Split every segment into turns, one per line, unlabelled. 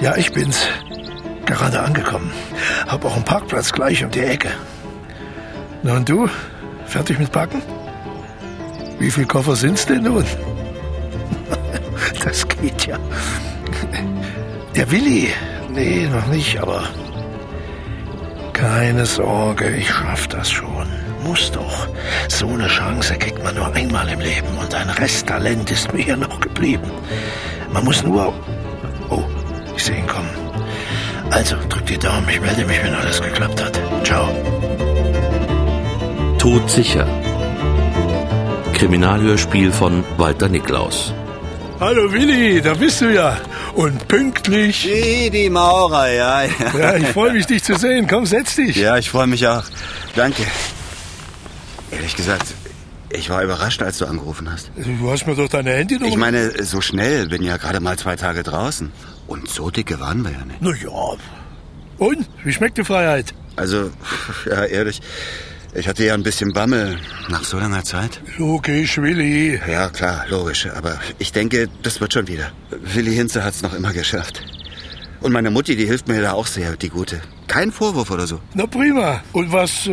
Ja, ich bin's. Gerade angekommen. Hab auch einen Parkplatz gleich um die Ecke. Na und du? Fertig mit Packen? Wie viel Koffer sind's denn nun? Das geht ja. Der Willi? Nee, noch nicht, aber. Keine Sorge, ich schaff das schon. Muss doch. So eine Chance kriegt man nur einmal im Leben und ein Resttalent ist mir hier noch geblieben. Man muss nur. Oh, ich sehe ihn kommen. Also, drück die Daumen, ich melde mich, wenn alles geklappt hat. Ciao.
Todsicher. Kriminalhörspiel von Walter Niklaus.
Hallo Willi, da bist du ja. Und pünktlich.
Die, die Maurer, ja. Ja,
Ja, ich freue mich, dich zu sehen. Komm, setz dich.
ja ich freue mich auch. Danke. Ehrlich gesagt, ich war überrascht, als du angerufen hast.
Du hast mir doch deine Handynummer.
Ich meine, so schnell bin ja gerade mal zwei Tage draußen. Und so dicke waren wir ja nicht.
Na ja. Und? Wie schmeckt die Freiheit?
Also, ja, ehrlich, ich hatte ja ein bisschen Bammel nach so langer Zeit.
Logisch, Willi.
Ja, klar, logisch. Aber ich denke, das wird schon wieder. Willi Hinze hat's noch immer geschafft. Und meine Mutti, die hilft mir da auch sehr, die Gute. Kein Vorwurf oder so.
Na prima. Und was, äh,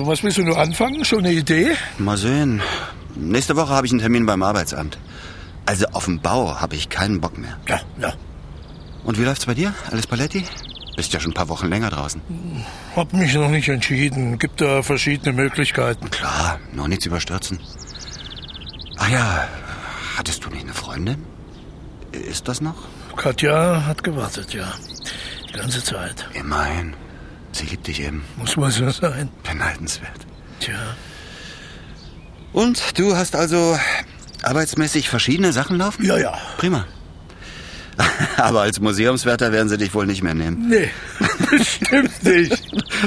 was willst du nur anfangen? Schon eine Idee?
Mal sehen. Nächste Woche habe ich einen Termin beim Arbeitsamt. Also auf dem Bau habe ich keinen Bock mehr.
Ja, ja.
Und wie läuft's bei dir? Alles Paletti? Bist ja schon ein paar Wochen länger draußen.
Hab mich noch nicht entschieden. Gibt da verschiedene Möglichkeiten.
Klar, noch nichts überstürzen. Ach ja, hattest du nicht eine Freundin? Ist das noch?
Katja hat gewartet, ja. Die ganze Zeit.
Immerhin. Sie liebt dich eben.
Muss wohl so sein.
Beneidenswert.
Tja.
Und du hast also arbeitsmäßig verschiedene Sachen laufen?
Ja, ja.
Prima. Aber als Museumswärter werden sie dich wohl nicht mehr nehmen.
Nee, bestimmt nicht.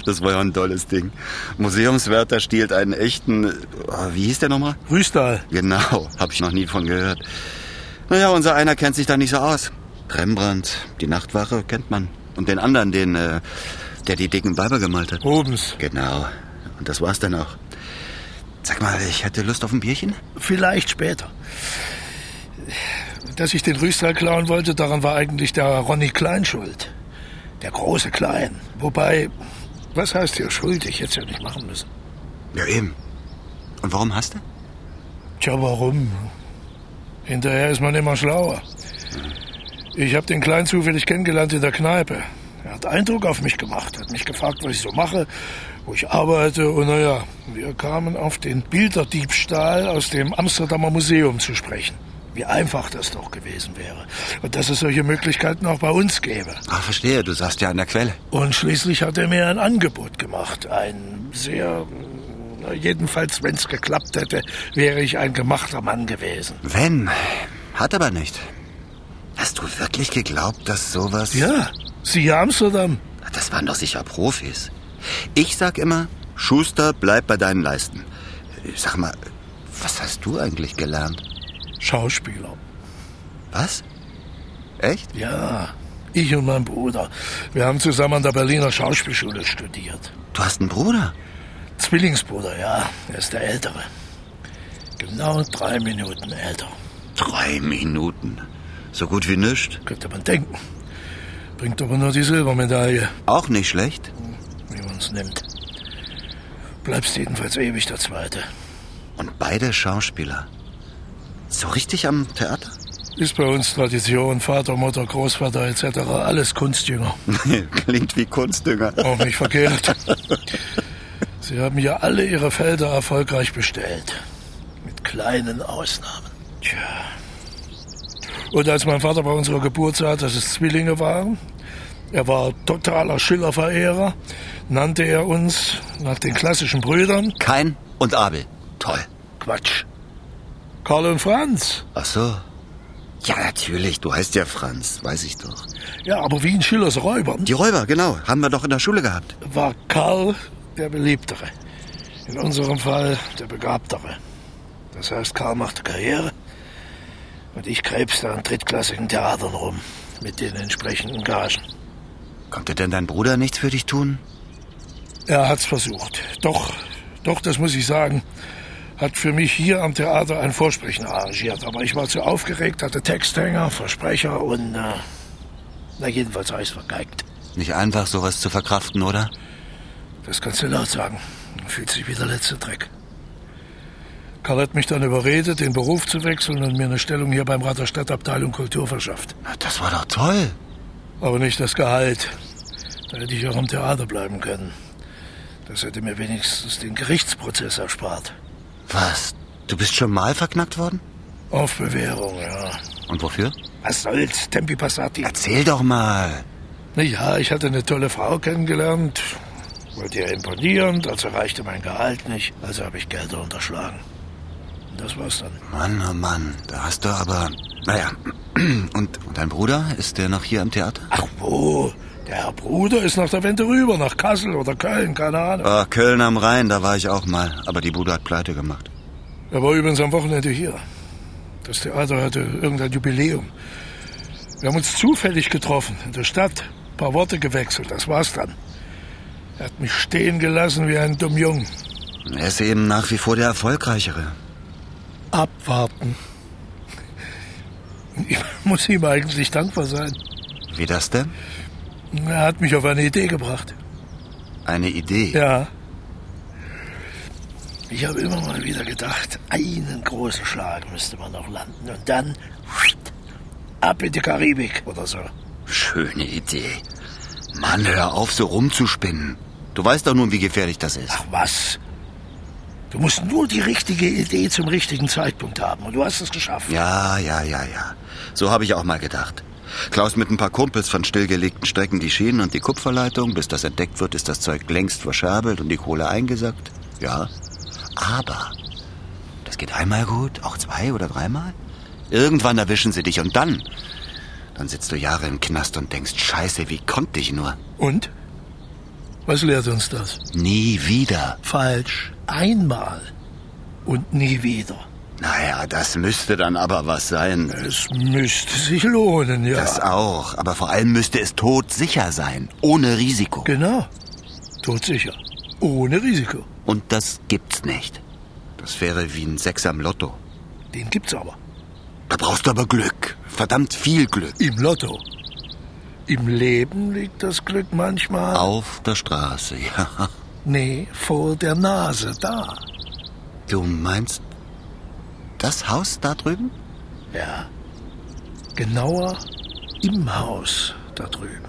Das war ja ein tolles Ding. Museumswärter stiehlt einen echten. oh, Wie hieß der nochmal?
Rüstal.
Genau, habe ich noch nie von gehört. Naja, unser einer kennt sich da nicht so aus. Rembrandt, die Nachtwache kennt man. Und den anderen, den, äh, der die dicken Weiber gemalt hat.
Rubens.
Genau. Und das war's dann auch. Sag mal, ich hätte Lust auf ein Bierchen?
Vielleicht später. Dass ich den Rüstal klauen wollte, daran war eigentlich der Ronny Klein schuld. Der große Klein. Wobei, was heißt hier schuldig? Hätte es ja nicht machen müssen.
Ja, eben. Und warum hast du?
Tja, warum? Hinterher ist man immer schlauer. Ich habe den Kleinen zufällig kennengelernt in der Kneipe. Er hat Eindruck auf mich gemacht, hat mich gefragt, was ich so mache, wo ich arbeite. Und naja, wir kamen auf den Bilderdiebstahl aus dem Amsterdamer Museum zu sprechen. Wie einfach das doch gewesen wäre. Und dass es solche Möglichkeiten auch bei uns gäbe.
Ach, Ah, verstehe, du saßt ja an der Quelle.
Und schließlich hat er mir ein Angebot gemacht. Ein sehr... na, Jedenfalls, wenn es geklappt hätte, wäre ich ein gemachter Mann gewesen.
Wenn. Hat aber nicht. Hast du wirklich geglaubt, dass sowas.
Ja, siehe Amsterdam.
Das waren doch sicher Profis. Ich sag immer, Schuster, bleib bei deinen Leisten. Äh, Sag mal, was hast du eigentlich gelernt?
Schauspieler.
Was? Echt?
Ja, ich und mein Bruder. Wir haben zusammen an der Berliner Schauspielschule studiert.
Du hast einen Bruder?
Zwillingsbruder, ja. Er ist der Ältere. Genau drei Minuten älter.
Drei Minuten. So gut wie nischt.
Könnte man denken. Bringt aber nur die Silbermedaille,
Auch nicht schlecht.
wie man es nimmt. Bleibst jedenfalls ewig der Zweite.
Und beide Schauspieler. So richtig am Theater?
Ist bei uns Tradition, Vater, Mutter, Großvater etc. Alles Kunstjünger.
Klingt wie Kunstdünger.
Auch nicht verkehrt. Sie haben ja alle ihre Felder erfolgreich bestellt. Mit kleinen Ausnahmen. Tja. Und als mein Vater bei unserer Geburt sah, dass es Zwillinge waren, er war totaler Schillerverehrer, nannte er uns nach den klassischen Brüdern
Kein und Abel. Toll.
Quatsch. Karl und Franz.
Ach so. Ja, natürlich. Du heißt ja Franz. Weiß ich doch.
Ja, aber wie in Schillers Räubern
Die Räuber, genau. Haben wir doch in der Schule gehabt.
war Karl der Beliebtere. In unserem Fall der Begabtere. Das heißt, Karl machte Karriere und ich krebste an drittklassigen Theatern rum mit den entsprechenden Gagen.
Konnte denn dein Bruder nichts für dich tun?
Er hat's versucht. Doch, doch, das muss ich sagen, hat für mich hier am Theater ein Vorsprechen arrangiert. Aber ich war zu aufgeregt, hatte Texthänger, Versprecher und äh, Na, jedenfalls habe ich es vergeigt.
Nicht einfach, sowas zu verkraften, oder?
Das kannst du laut sagen. Dann Fühlt sich wie der letzte Dreck. Karl hat mich dann überredet, den Beruf zu wechseln und mir eine Stellung hier beim Rat der Stadtabteilung Kultur verschafft.
Na, das war doch toll.
Aber nicht das Gehalt. Da hätte ich auch am Theater bleiben können. Das hätte mir wenigstens den Gerichtsprozess erspart.
Was? Du bist schon mal verknackt worden?
Auf Bewährung, ja.
Und wofür?
Was soll's, Tempi Passati.
Erzähl doch mal.
Ja, ich hatte eine tolle Frau kennengelernt. Wollte ihr imponieren, also reichte mein Gehalt nicht. Also habe ich Gelder unterschlagen. Und Das war's dann.
Mann, oh Mann, da hast du aber... Naja, und, und dein Bruder, ist der noch hier im Theater?
Ach wo, der Herr Bruder ist nach der Wende rüber, nach Kassel oder Köln, keine Ahnung.
Ah, Köln am Rhein, da war ich auch mal. Aber die Bude hat pleite gemacht.
Er war übrigens am Wochenende hier. Das Theater hatte irgendein Jubiläum. Wir haben uns zufällig getroffen in der Stadt, ein paar Worte gewechselt, das war's dann. Er hat mich stehen gelassen wie ein dumm Jung.
Er ist eben nach wie vor der Erfolgreichere.
Abwarten. Ich muss ihm eigentlich dankbar sein.
Wie das denn?
Er hat mich auf eine Idee gebracht.
Eine Idee.
Ja. Ich habe immer mal wieder gedacht, einen großen Schlag müsste man noch landen und dann ab in die Karibik oder so.
Schöne Idee. Mann, hör auf, so rumzuspinnen. Du weißt doch nun, wie gefährlich das ist.
Ach was. Du musst nur die richtige Idee zum richtigen Zeitpunkt haben und du hast es geschafft.
Ja, ja, ja, ja. So habe ich auch mal gedacht. Klaus mit ein paar Kumpels von stillgelegten Strecken die Schienen und die Kupferleitung. Bis das entdeckt wird, ist das Zeug längst verscherbelt und die Kohle eingesackt. Ja. Aber das geht einmal gut, auch zwei oder dreimal. Irgendwann erwischen sie dich und dann, dann sitzt du Jahre im Knast und denkst, scheiße, wie konnte ich nur?
Und? Was lehrt uns das?
Nie wieder.
Falsch. Einmal und nie wieder.
Naja, das müsste dann aber was sein.
Es müsste sich lohnen, ja.
Das auch, aber vor allem müsste es todsicher sein, ohne Risiko.
Genau. Todsicher. Ohne Risiko.
Und das gibt's nicht. Das wäre wie ein Sechser im Lotto.
Den gibt's aber.
Da brauchst du aber Glück. Verdammt viel Glück.
Im Lotto. Im Leben liegt das Glück manchmal.
Auf der Straße, ja.
Nee, vor der Nase, da.
Du meinst das Haus da drüben?
Ja. Genauer im Haus da drüben.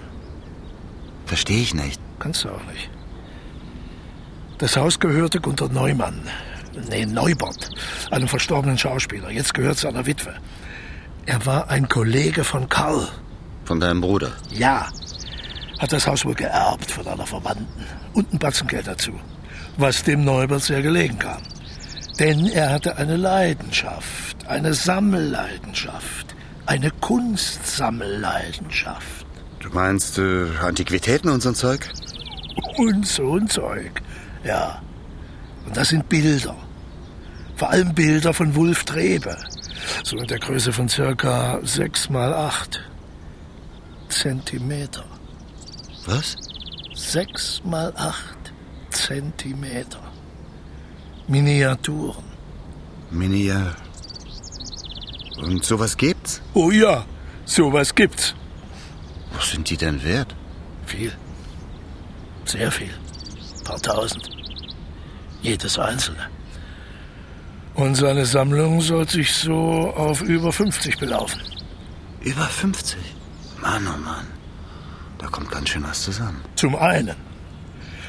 Verstehe ich nicht.
Kannst du auch nicht. Das Haus gehörte Gunter Neumann. Nee, Neubert. Einem verstorbenen Schauspieler. Jetzt gehört es einer Witwe. Er war ein Kollege von Karl.
Von deinem Bruder.
Ja. Hat das Haus wohl geerbt von einer Verwandten. Und ein Batzengeld dazu. Was dem Neubert sehr gelegen kam. Denn er hatte eine Leidenschaft, eine Sammelleidenschaft, eine Kunstsammelleidenschaft.
Du meinst äh, Antiquitäten und so ein Zeug?
und so ein Zeug. Ja. Und das sind Bilder. Vor allem Bilder von Wulf Trebe. So in der Größe von circa 6 mal 8 Zentimeter.
Was?
6 mal 8 Zentimeter. Miniaturen.
Minia. Und sowas gibt's?
Oh ja, sowas gibt's.
Was sind die denn wert?
Viel. Sehr viel. paar tausend. Jedes einzelne. Und seine Sammlung soll sich so auf über 50 belaufen.
Über 50. Mann, oh Mann. Da kommt ganz schön was zusammen.
Zum einen.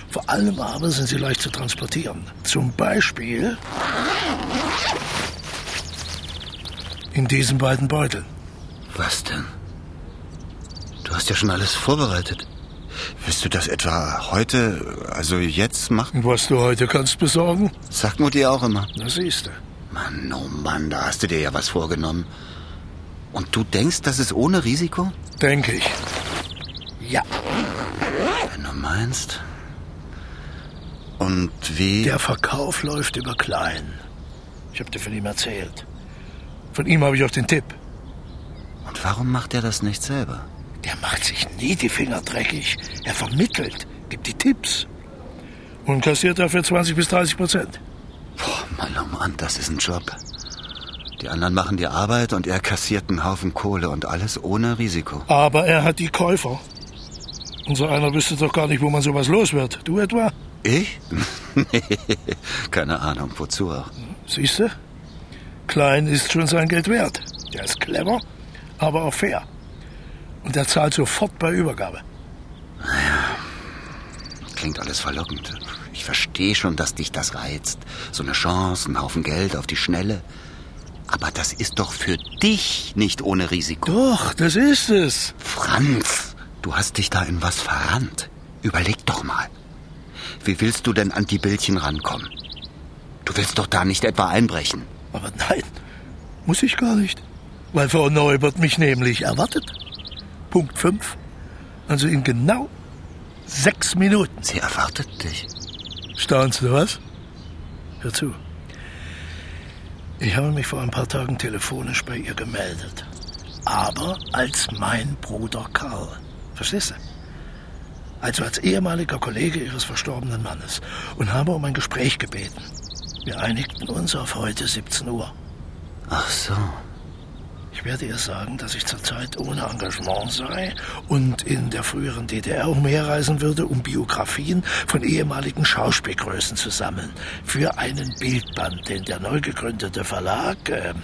Vor allem aber sind sie leicht zu transportieren. Zum Beispiel in diesen beiden Beuteln.
Was denn? Du hast ja schon alles vorbereitet. Willst du das etwa heute, also jetzt machen?
Und was du heute kannst besorgen,
Sagt Mutti auch immer.
das siehst du.
Mann, oh Mann, da hast du dir ja was vorgenommen. Und du denkst, das ist ohne Risiko?
Denke ich. Ja,
Wenn du meinst. Und wie?
der Verkauf läuft über Klein. Ich habe dir von ihm erzählt. Von ihm habe ich auch den Tipp.
Und warum macht er das nicht selber?
Der macht sich nie die Finger dreckig. Er vermittelt, gibt die Tipps. Und kassiert dafür 20 bis 30 Prozent.
Boah, Mann, oh Mann, das ist ein Job. Die anderen machen die Arbeit und er kassiert einen Haufen Kohle und alles ohne Risiko.
Aber er hat die Käufer. Unser einer wüsste doch gar nicht, wo man sowas los wird. Du etwa?
Ich? nee, keine Ahnung, wozu auch.
Siehst du? Klein ist schon sein Geld wert. Der ist clever, aber auch fair. Und er zahlt sofort bei Übergabe.
Klingt alles verlockend. Ich verstehe schon, dass dich das reizt. So eine Chance, ein Haufen Geld auf die Schnelle. Aber das ist doch für dich nicht ohne Risiko.
Doch, das ist es.
Franz, du hast dich da in was verrannt. Überleg doch mal. Wie willst du denn an die Bildchen rankommen? Du willst doch da nicht etwa einbrechen.
Aber nein, muss ich gar nicht. Weil Frau Neubert mich nämlich erwartet. Punkt 5. Also in genau sechs Minuten.
Sie erwartet dich.
Staunst du was? Hör zu. Ich habe mich vor ein paar Tagen telefonisch bei ihr gemeldet. Aber als mein Bruder Karl. Verstehst du? Also als ehemaliger Kollege ihres verstorbenen Mannes. Und habe um ein Gespräch gebeten. Wir einigten uns auf heute 17 Uhr.
Ach so.
Ich werde ihr sagen, dass ich zurzeit ohne Engagement sei und in der früheren DDR umherreisen würde, um Biografien von ehemaligen Schauspielgrößen zu sammeln. Für einen Bildband, den der neu gegründete Verlag ähm,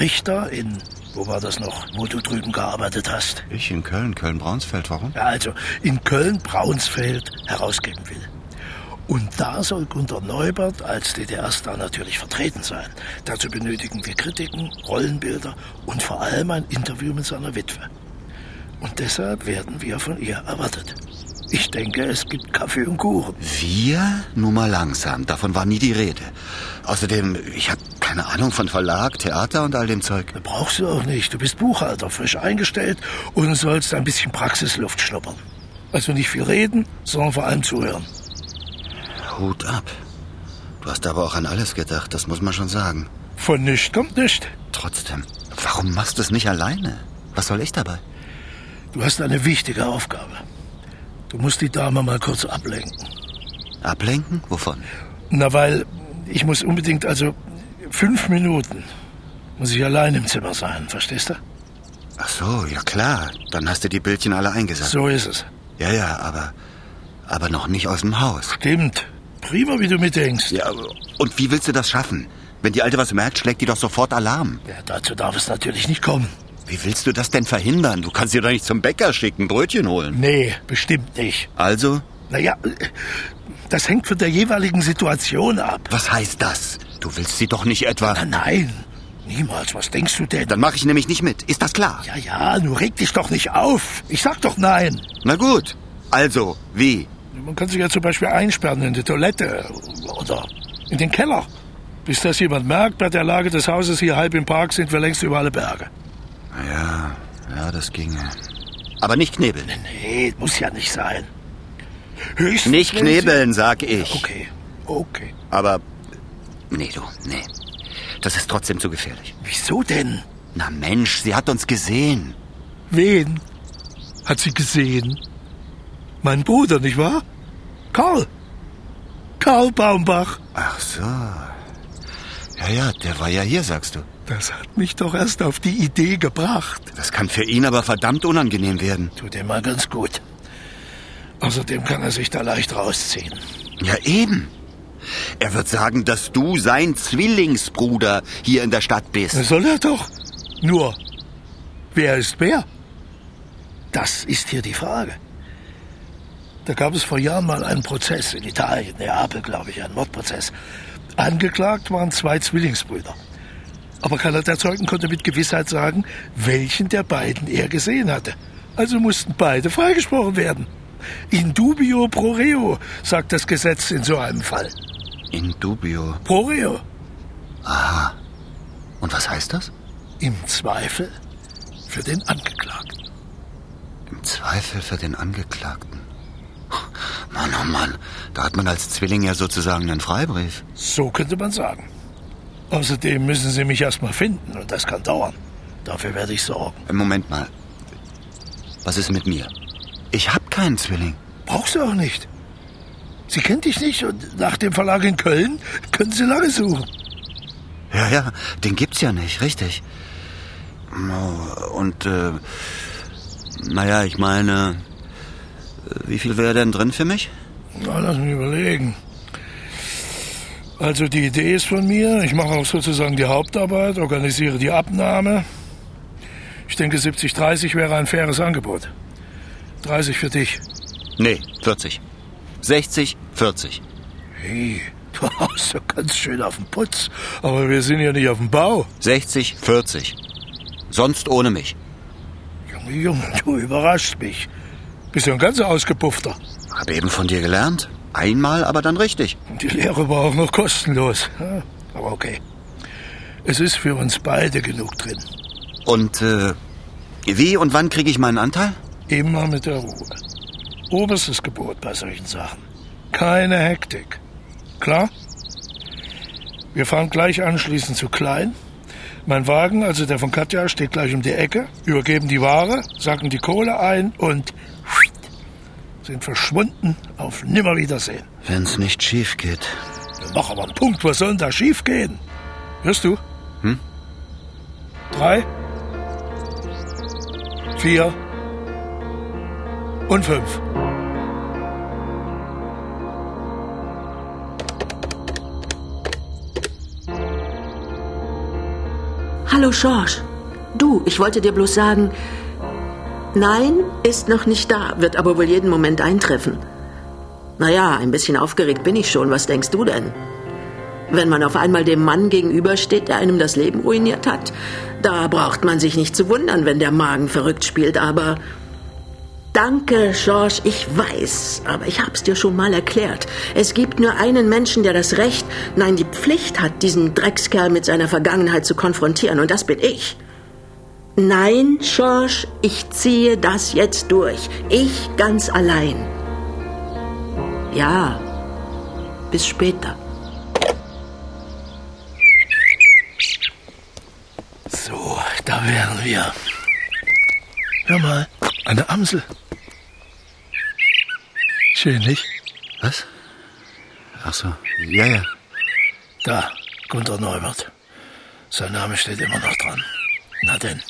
Richter in, wo war das noch, wo du drüben gearbeitet hast?
Ich in Köln, Köln-Braunsfeld, warum?
Ja, also in Köln-Braunsfeld herausgeben will. Und da soll Gunter Neubert als DDR-Star natürlich vertreten sein. Dazu benötigen wir Kritiken, Rollenbilder und vor allem ein Interview mit seiner Witwe. Und deshalb werden wir von ihr erwartet. Ich denke, es gibt Kaffee und Kuchen.
Wir? Nur mal langsam, davon war nie die Rede. Außerdem, ich habe keine Ahnung von Verlag, Theater und all dem Zeug.
Brauchst du auch nicht. Du bist Buchhalter, frisch eingestellt und sollst ein bisschen Praxisluft schnuppern. Also nicht viel reden, sondern vor allem zuhören.
Hut ab. Du hast aber auch an alles gedacht, das muss man schon sagen.
Von nichts kommt nichts.
Trotzdem, warum machst du es nicht alleine? Was soll ich dabei?
Du hast eine wichtige Aufgabe. Du musst die Dame mal kurz ablenken.
Ablenken? Wovon?
Na, weil ich muss unbedingt, also fünf Minuten muss ich allein im Zimmer sein, verstehst du?
Ach so, ja klar. Dann hast du die Bildchen alle eingesagt.
So ist es.
Ja, ja, aber, aber noch nicht aus dem Haus.
Stimmt. Prima, wie du mitdenkst.
Ja, und wie willst du das schaffen? Wenn die Alte was merkt, schlägt die doch sofort Alarm.
Ja, dazu darf es natürlich nicht kommen.
Wie willst du das denn verhindern? Du kannst sie doch nicht zum Bäcker schicken, Brötchen holen.
Nee, bestimmt nicht.
Also,
Naja, das hängt von der jeweiligen Situation ab.
was heißt das? Du willst sie doch nicht
Na
etwa...
nein, niemals. Was denkst du denn?
Dann mache ich nämlich nicht mit. Ist das klar?
Ja, ja, nun reg dich doch nicht auf. Ich sag doch nein.
Na gut. Also, wie?
Man kann sich ja zum Beispiel einsperren in die Toilette oder in den Keller. Bis das jemand merkt, bei der Lage des Hauses hier halb im Park sind wir längst über alle Berge.
Ja, ja, das ginge. Aber nicht knebeln.
Nee, muss ja nicht sein. Höchstens
Nicht
wenn sie-
knebeln, sag ich.
Okay, okay.
Aber. Nee, du, nee. Das ist trotzdem zu gefährlich.
Wieso denn?
Na Mensch, sie hat uns gesehen.
Wen? Hat sie gesehen? Mein Bruder, nicht wahr? Karl. Karl Baumbach.
Ach so. Ja, ja, der war ja hier, sagst du.
Das hat mich doch erst auf die Idee gebracht.
Das kann für ihn aber verdammt unangenehm werden.
Tut ihm mal ganz gut. Außerdem kann er sich da leicht rausziehen.
Ja, eben. Er wird sagen, dass du sein Zwillingsbruder hier in der Stadt bist.
Das soll er doch. Nur, wer ist wer? Das ist hier die Frage. Da gab es vor Jahren mal einen Prozess in Italien, Neapel, glaube ich, einen Mordprozess. Angeklagt waren zwei Zwillingsbrüder. Aber keiner der Zeugen konnte mit Gewissheit sagen, welchen der beiden er gesehen hatte. Also mussten beide freigesprochen werden. In dubio pro reo, sagt das Gesetz in so einem Fall.
In dubio.
Pro reo.
Und was heißt das?
Im Zweifel für den Angeklagten.
Im Zweifel für den Angeklagten. Mann, oh Mann, da hat man als Zwilling ja sozusagen einen Freibrief.
So könnte man sagen. Außerdem müssen sie mich erstmal finden und das kann dauern. Dafür werde ich sorgen.
Äh, Moment mal. Was ist mit mir? Ich hab keinen Zwilling.
Brauchst du auch nicht. Sie kennt dich nicht und nach dem Verlag in Köln können sie lange suchen.
Ja, ja, den gibt's ja nicht, richtig. Oh, Und, äh, naja, ich meine, äh, wie viel wäre denn drin für mich?
Na, lass mich überlegen. Also die Idee ist von mir, ich mache auch sozusagen die Hauptarbeit, organisiere die Abnahme. Ich denke 70-30 wäre ein faires Angebot. 30 für dich.
Nee, 40. 60, 40.
Hey, du haust ja ganz schön auf den Putz. Aber wir sind ja nicht auf dem Bau.
60, 40. Sonst ohne mich.
Junge, Junge, du überraschst mich. Bist ja ein ganz ausgepuffter.
Hab eben von dir gelernt. Einmal, aber dann richtig.
Und die Lehre war auch noch kostenlos. Ja, Aber okay. Es ist für uns beide genug drin.
Und, äh, wie und wann kriege ich meinen Anteil?
Immer mit der Ruhe. Oberstes Gebot bei solchen Sachen. Keine Hektik. Klar? Wir fahren gleich anschließend zu Klein. Mein Wagen, also der von Katja, steht gleich um die Ecke, übergeben die Ware, sacken die Kohle ein und sind verschwunden auf Nimmerwiedersehen.
Wenn's nicht schief geht.
Mach aber einen Punkt, was soll denn da schief gehen? Hörst du? Hm? Drei, vier und fünf.
Hallo George. Du, ich wollte dir bloß sagen, nein, ist noch nicht da, wird aber wohl jeden Moment eintreffen. Naja, ein bisschen aufgeregt bin ich schon, was denkst du denn? Wenn man auf einmal dem Mann gegenübersteht, der einem das Leben ruiniert hat, da braucht man sich nicht zu wundern, wenn der Magen verrückt spielt, aber... Danke, George, ich weiß, aber ich hab's dir schon mal erklärt. Es gibt nur einen Menschen, der das Recht, nein, die Pflicht hat, diesen Dreckskerl mit seiner Vergangenheit zu konfrontieren, und das bin ich. Nein, George, ich ziehe das jetzt durch. Ich ganz allein. Ja, bis später.
So, da wären wir. Hör mal, eine Amsel. Schön, nicht?
Was? Ach so. Ja, ja.
Da, Gunther Neumert. Sein Name steht immer noch dran. Na denn,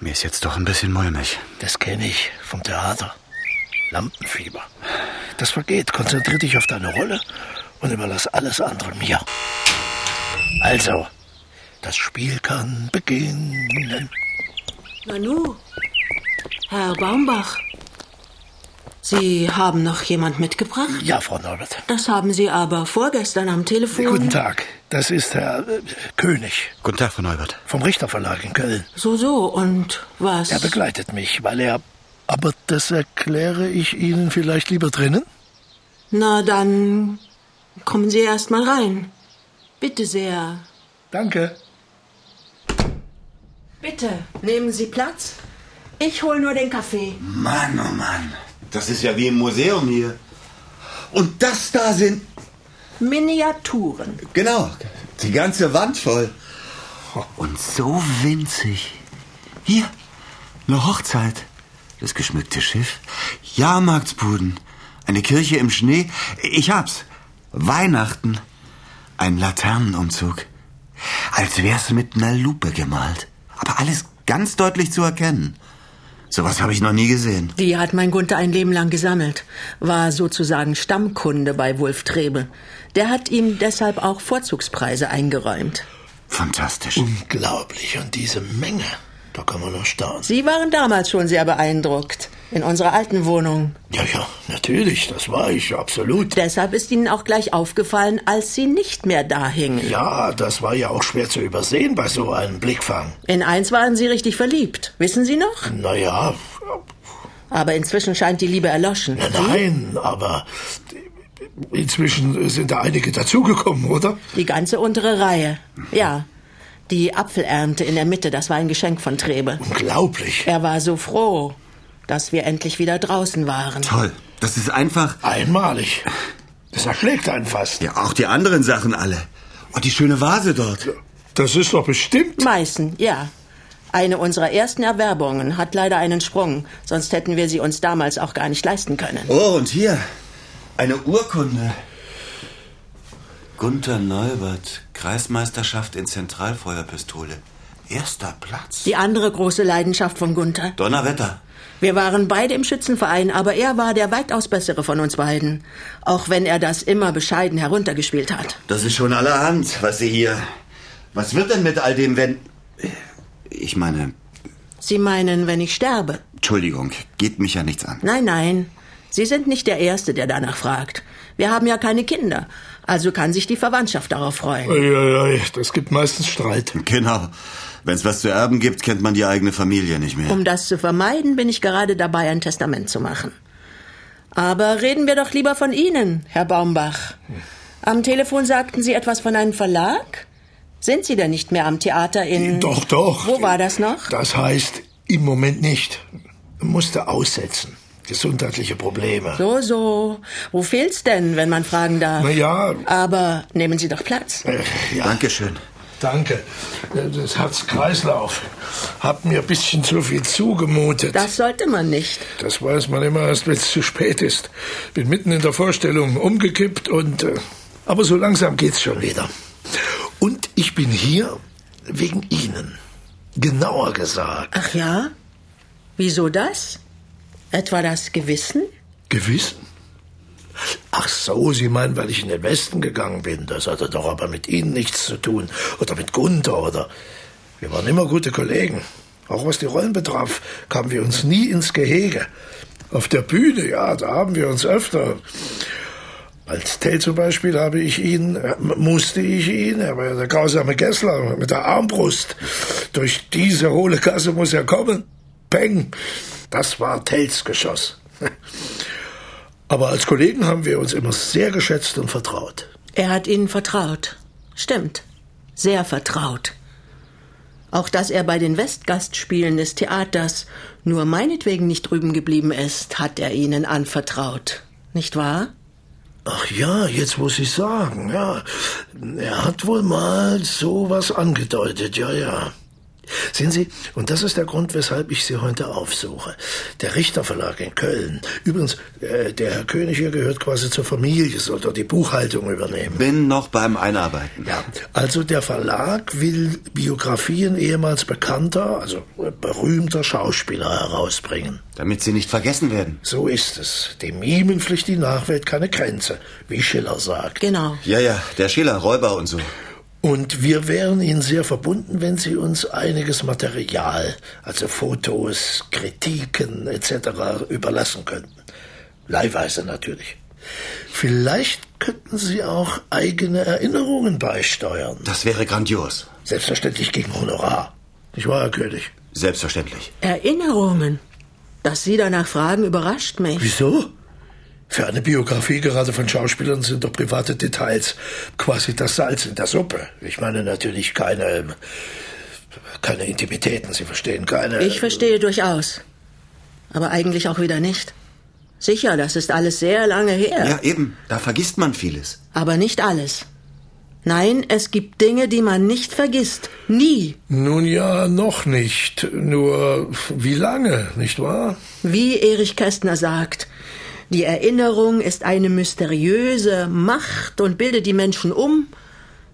Mir ist jetzt doch ein bisschen mulmig.
das kenne ich vom Theater. Lampenfieber. Das vergeht. Konzentrier dich auf deine Rolle und überlass alles andere mir. Also, das Spiel kann beginnen.
Nanu, Herr Baumbach, Sie haben noch jemand mitgebracht?
Ja, Frau Neumert.
Das haben Sie aber vorgestern am Telefon.
Guten Tag. Das ist Herr äh, König
Guten Tag, Frau Neubert.
vom Richterverlag in Köln.
So, so, und was?
Er begleitet mich, weil er. Aber das erkläre ich Ihnen vielleicht lieber drinnen?
Na, dann kommen Sie erst mal rein. Bitte sehr.
Danke.
Bitte, nehmen Sie Platz. Ich hol nur den Kaffee.
Mann, oh Mann. Das ist ja wie im Museum hier. Und das da sind.
Miniaturen.
Genau. Die ganze Wand voll.
Und so winzig.
Hier. Eine Hochzeit.
Das geschmückte Schiff.
Jahrmarktsbuden. Eine Kirche im Schnee. Ich hab's. Weihnachten. Ein Laternenumzug. Als wär's mit einer Lupe gemalt. Aber alles ganz deutlich zu erkennen. Sowas habe ich noch nie gesehen.
Die hat mein Gunther ein Leben lang gesammelt, war sozusagen Stammkunde bei Wulf Trebe. Der hat ihm deshalb auch Vorzugspreise eingeräumt.
Fantastisch.
Unglaublich. Und diese Menge. Da kann man nur staunen.
Sie waren damals schon sehr beeindruckt, in unserer alten Wohnung.
Ja, ja, natürlich. Das war ich. Absolut.
Deshalb ist ihnen auch gleich aufgefallen, als sie nicht mehr da hingen.
Ja, das war ja auch schwer zu übersehen bei so einem Blickfang.
In eins waren sie richtig verliebt, wissen Sie noch?
Naja,
Aber inzwischen scheint die Liebe erloschen.
nein, aber. Inzwischen sind da einige dazugekommen, oder?
Die ganze untere Reihe. Ja. Die Apfelernte in der Mitte, das war ein Geschenk von Trebe.
Unglaublich.
Er war so froh, dass wir endlich wieder draußen waren.
Toll. Das ist einfach.
Einmalig. Das erschlägt einen fast.
Ja, auch die anderen Sachen alle. Und die schöne Vase dort.
Das ist doch bestimmt.
Meißen, ja. Eine unserer ersten Erwerbungen hat leider einen Sprung, sonst hätten wir sie uns damals auch gar nicht leisten können.
Oh, und hier. Eine Urkunde. Gunther Neubert, Kreismeisterschaft in Zentralfeuerpistole. Erster Platz.
Die andere große Leidenschaft von Gunther.
Donnerwetter.
Wir waren beide im Schützenverein, aber er war der weitaus bessere von uns beiden. Auch wenn er das immer bescheiden heruntergespielt hat.
Das ist schon allerhand, was Sie hier. Was wird denn mit all dem, wenn. Ich meine,
Sie meinen, wenn ich sterbe?
Entschuldigung, geht mich ja nichts an.
Nein, nein. Sie sind nicht der Erste, der danach fragt. Wir haben ja keine Kinder. Also kann sich die Verwandtschaft darauf freuen.
Uiuiui, das gibt meistens Streit.
Genau. Wenn es was zu erben gibt, kennt man die eigene Familie nicht mehr.
Um das zu vermeiden, bin ich gerade dabei, ein Testament zu machen. Aber reden wir doch lieber von Ihnen, Herr Baumbach. Am Telefon sagten Sie etwas von einem Verlag? Sind Sie denn nicht mehr am Theater in...
Doch, doch.
Wo war das noch?
Das heißt, im Moment nicht. Musste aussetzen. Gesundheitliche Probleme.
So, so. Wo fehlt's denn, wenn man fragen darf?
Na ja, äh,
Aber nehmen Sie doch Platz.
ja.
Dankeschön.
Danke. Das Herzkreislauf hat mir ein bisschen zu viel zugemutet.
Das sollte man nicht.
Das weiß man immer erst, wenn es zu spät ist. Bin mitten in der Vorstellung umgekippt und. Äh, aber so langsam geht's schon wieder. Und ich bin hier wegen Ihnen. Genauer gesagt.
Ach ja? Wieso das? Etwa das Gewissen?
Gewissen? Ach so, Sie meinen, weil ich in den Westen gegangen bin. Das hatte doch aber mit Ihnen nichts zu tun. Oder mit Gunther, oder. Wir waren immer gute Kollegen. Auch was die Rollen betraf, kamen wir uns nie ins Gehege. Auf der Bühne, ja, da haben wir uns öfter. Als Tell zum Beispiel habe ich ihn, äh, musste ich ihn, er war ja der grausame Gessler mit der Armbrust. Durch diese hohle Kasse muss er kommen. Peng! Das war Tells Geschoss. Aber als Kollegen haben wir uns immer sehr geschätzt und vertraut.
Er hat Ihnen vertraut. Stimmt. Sehr vertraut. Auch dass er bei den Westgastspielen des Theaters nur meinetwegen nicht drüben geblieben ist, hat er Ihnen anvertraut. Nicht wahr?
Ach ja, jetzt muss ich sagen, ja. Er hat wohl mal sowas angedeutet, ja, ja. Sehen Sie, und das ist der Grund, weshalb ich Sie heute aufsuche. Der Richterverlag in Köln. Übrigens, äh, der Herr König hier gehört quasi zur Familie, soll dort die Buchhaltung übernehmen.
Bin noch beim Einarbeiten.
Ja, also der Verlag will Biografien ehemals bekannter, also berühmter Schauspieler herausbringen.
Damit Sie nicht vergessen werden.
So ist es. Dem Mimen fliegt die Nachwelt keine Grenze, wie Schiller sagt.
Genau.
Ja, ja, der Schiller, Räuber und so.
Und wir wären Ihnen sehr verbunden, wenn Sie uns einiges Material, also Fotos, Kritiken etc. überlassen könnten. Leihweise natürlich. Vielleicht könnten Sie auch eigene Erinnerungen beisteuern.
Das wäre grandios.
Selbstverständlich gegen Honorar. Ich war Herr König.
Selbstverständlich.
Erinnerungen. Dass Sie danach fragen, überrascht mich.
Wieso? Für eine Biografie gerade von Schauspielern sind doch private Details quasi das Salz in der Suppe. Ich meine natürlich keine, keine Intimitäten, Sie verstehen keine.
Ich verstehe durchaus. Aber eigentlich auch wieder nicht. Sicher, das ist alles sehr lange her.
Ja, eben. Da vergisst man vieles.
Aber nicht alles. Nein, es gibt Dinge, die man nicht vergisst. Nie.
Nun ja, noch nicht. Nur wie lange, nicht wahr?
Wie Erich Kästner sagt, die Erinnerung ist eine mysteriöse Macht und bildet die Menschen um.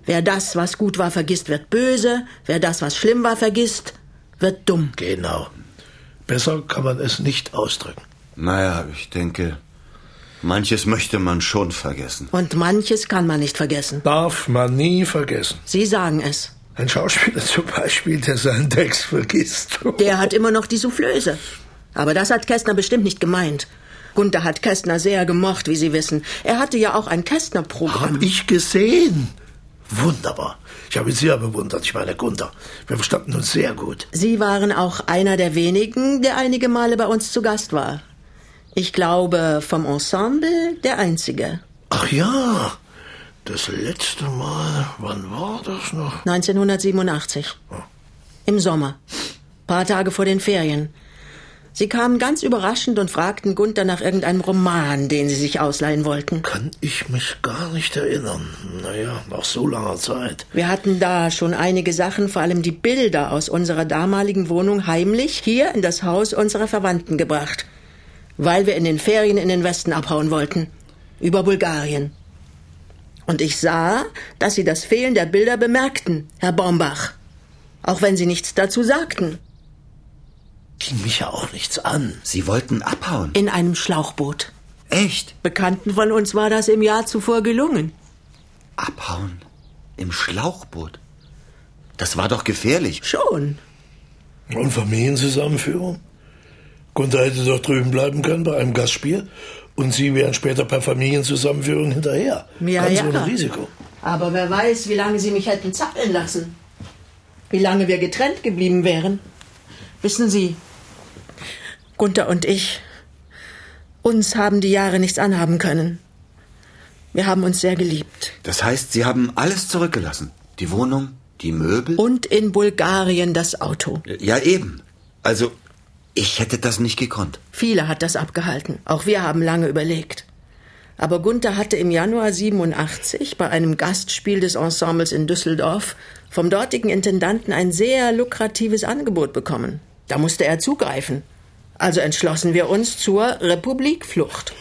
Wer das, was gut war, vergisst, wird böse. Wer das, was schlimm war, vergisst, wird dumm.
Genau. Besser kann man es nicht ausdrücken.
Naja, ich denke, manches möchte man schon vergessen.
Und manches kann man nicht vergessen.
Darf man nie vergessen.
Sie sagen es.
Ein Schauspieler zum Beispiel, der seinen Text vergisst.
Der hat immer noch die Soufflöse. Aber das hat Kästner bestimmt nicht gemeint. Gunther hat Kästner sehr gemocht, wie Sie wissen. Er hatte ja auch ein
Hab
Kästner-Programm.
ich gesehen. Wunderbar. Ich habe ihn sehr bewundert. Ich meine, Gunther. Wir verstanden uns sehr gut.
Sie waren auch einer der wenigen, der einige Male bei uns zu Gast war. Ich glaube, vom Ensemble der einzige.
Ach ja. Das letzte Mal, wann war das noch?
1987. Im Sommer. Paar Tage vor den Ferien. Sie kamen ganz überraschend und fragten Gunther nach irgendeinem Roman, den sie sich ausleihen wollten.
Kann ich mich gar nicht erinnern. Naja, nach so langer Zeit.
Wir hatten da schon einige Sachen, vor allem die Bilder aus unserer damaligen Wohnung heimlich hier in das Haus unserer Verwandten gebracht, weil wir in den Ferien in den Westen abhauen wollten, über Bulgarien. Und ich sah, dass Sie das Fehlen der Bilder bemerkten, Herr Baumbach. Auch wenn Sie nichts dazu sagten.
Ging mich ja auch nichts an.
Sie wollten abhauen.
In einem Schlauchboot.
Echt?
Bekannten von uns war das im Jahr zuvor gelungen.
Abhauen? Im Schlauchboot? Das war doch gefährlich.
Schon.
Und Familienzusammenführung? Gunther hätte doch drüben bleiben können bei einem Gastspiel und Sie wären später per Familienzusammenführung hinterher.
Ja,
Ganz
ja.
ohne Risiko.
Aber wer weiß, wie lange Sie mich hätten zappeln lassen. Wie lange wir getrennt geblieben wären. Wissen Sie, Gunther und ich, uns haben die Jahre nichts anhaben können. Wir haben uns sehr geliebt.
Das heißt, Sie haben alles zurückgelassen. Die Wohnung, die Möbel.
Und in Bulgarien das Auto.
ja, eben. Also, ich hätte das nicht gekonnt.
Viele hat das abgehalten. Auch wir haben lange überlegt. Aber Gunther hatte im Januar 87 bei einem Gastspiel des Ensembles in Düsseldorf vom dortigen Intendanten ein sehr lukratives Angebot bekommen. Da musste er zugreifen. Also entschlossen wir uns zur Republikflucht.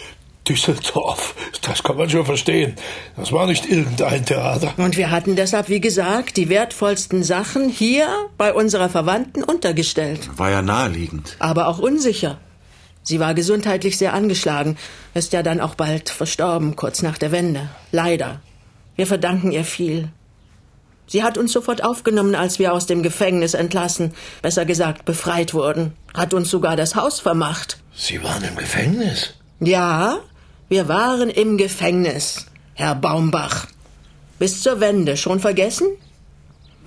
Düsseldorf, das kann man schon verstehen. Das war nicht irgendein Theater.
Und wir hatten deshalb, wie gesagt, die wertvollsten Sachen hier bei unserer Verwandten untergestellt.
War ja naheliegend.
aber auch unsicher. Sie war gesundheitlich sehr angeschlagen, ist ja dann auch bald verstorben, kurz nach der Wende. Leider. Wir verdanken ihr viel. Sie hat uns sofort aufgenommen, als wir aus dem Gefängnis entlassen, besser gesagt befreit wurden, hat uns sogar das Haus vermacht.
Sie waren im Gefängnis.
Ja, wir waren im Gefängnis, Herr Baumbach. Bis zur Wende, schon vergessen?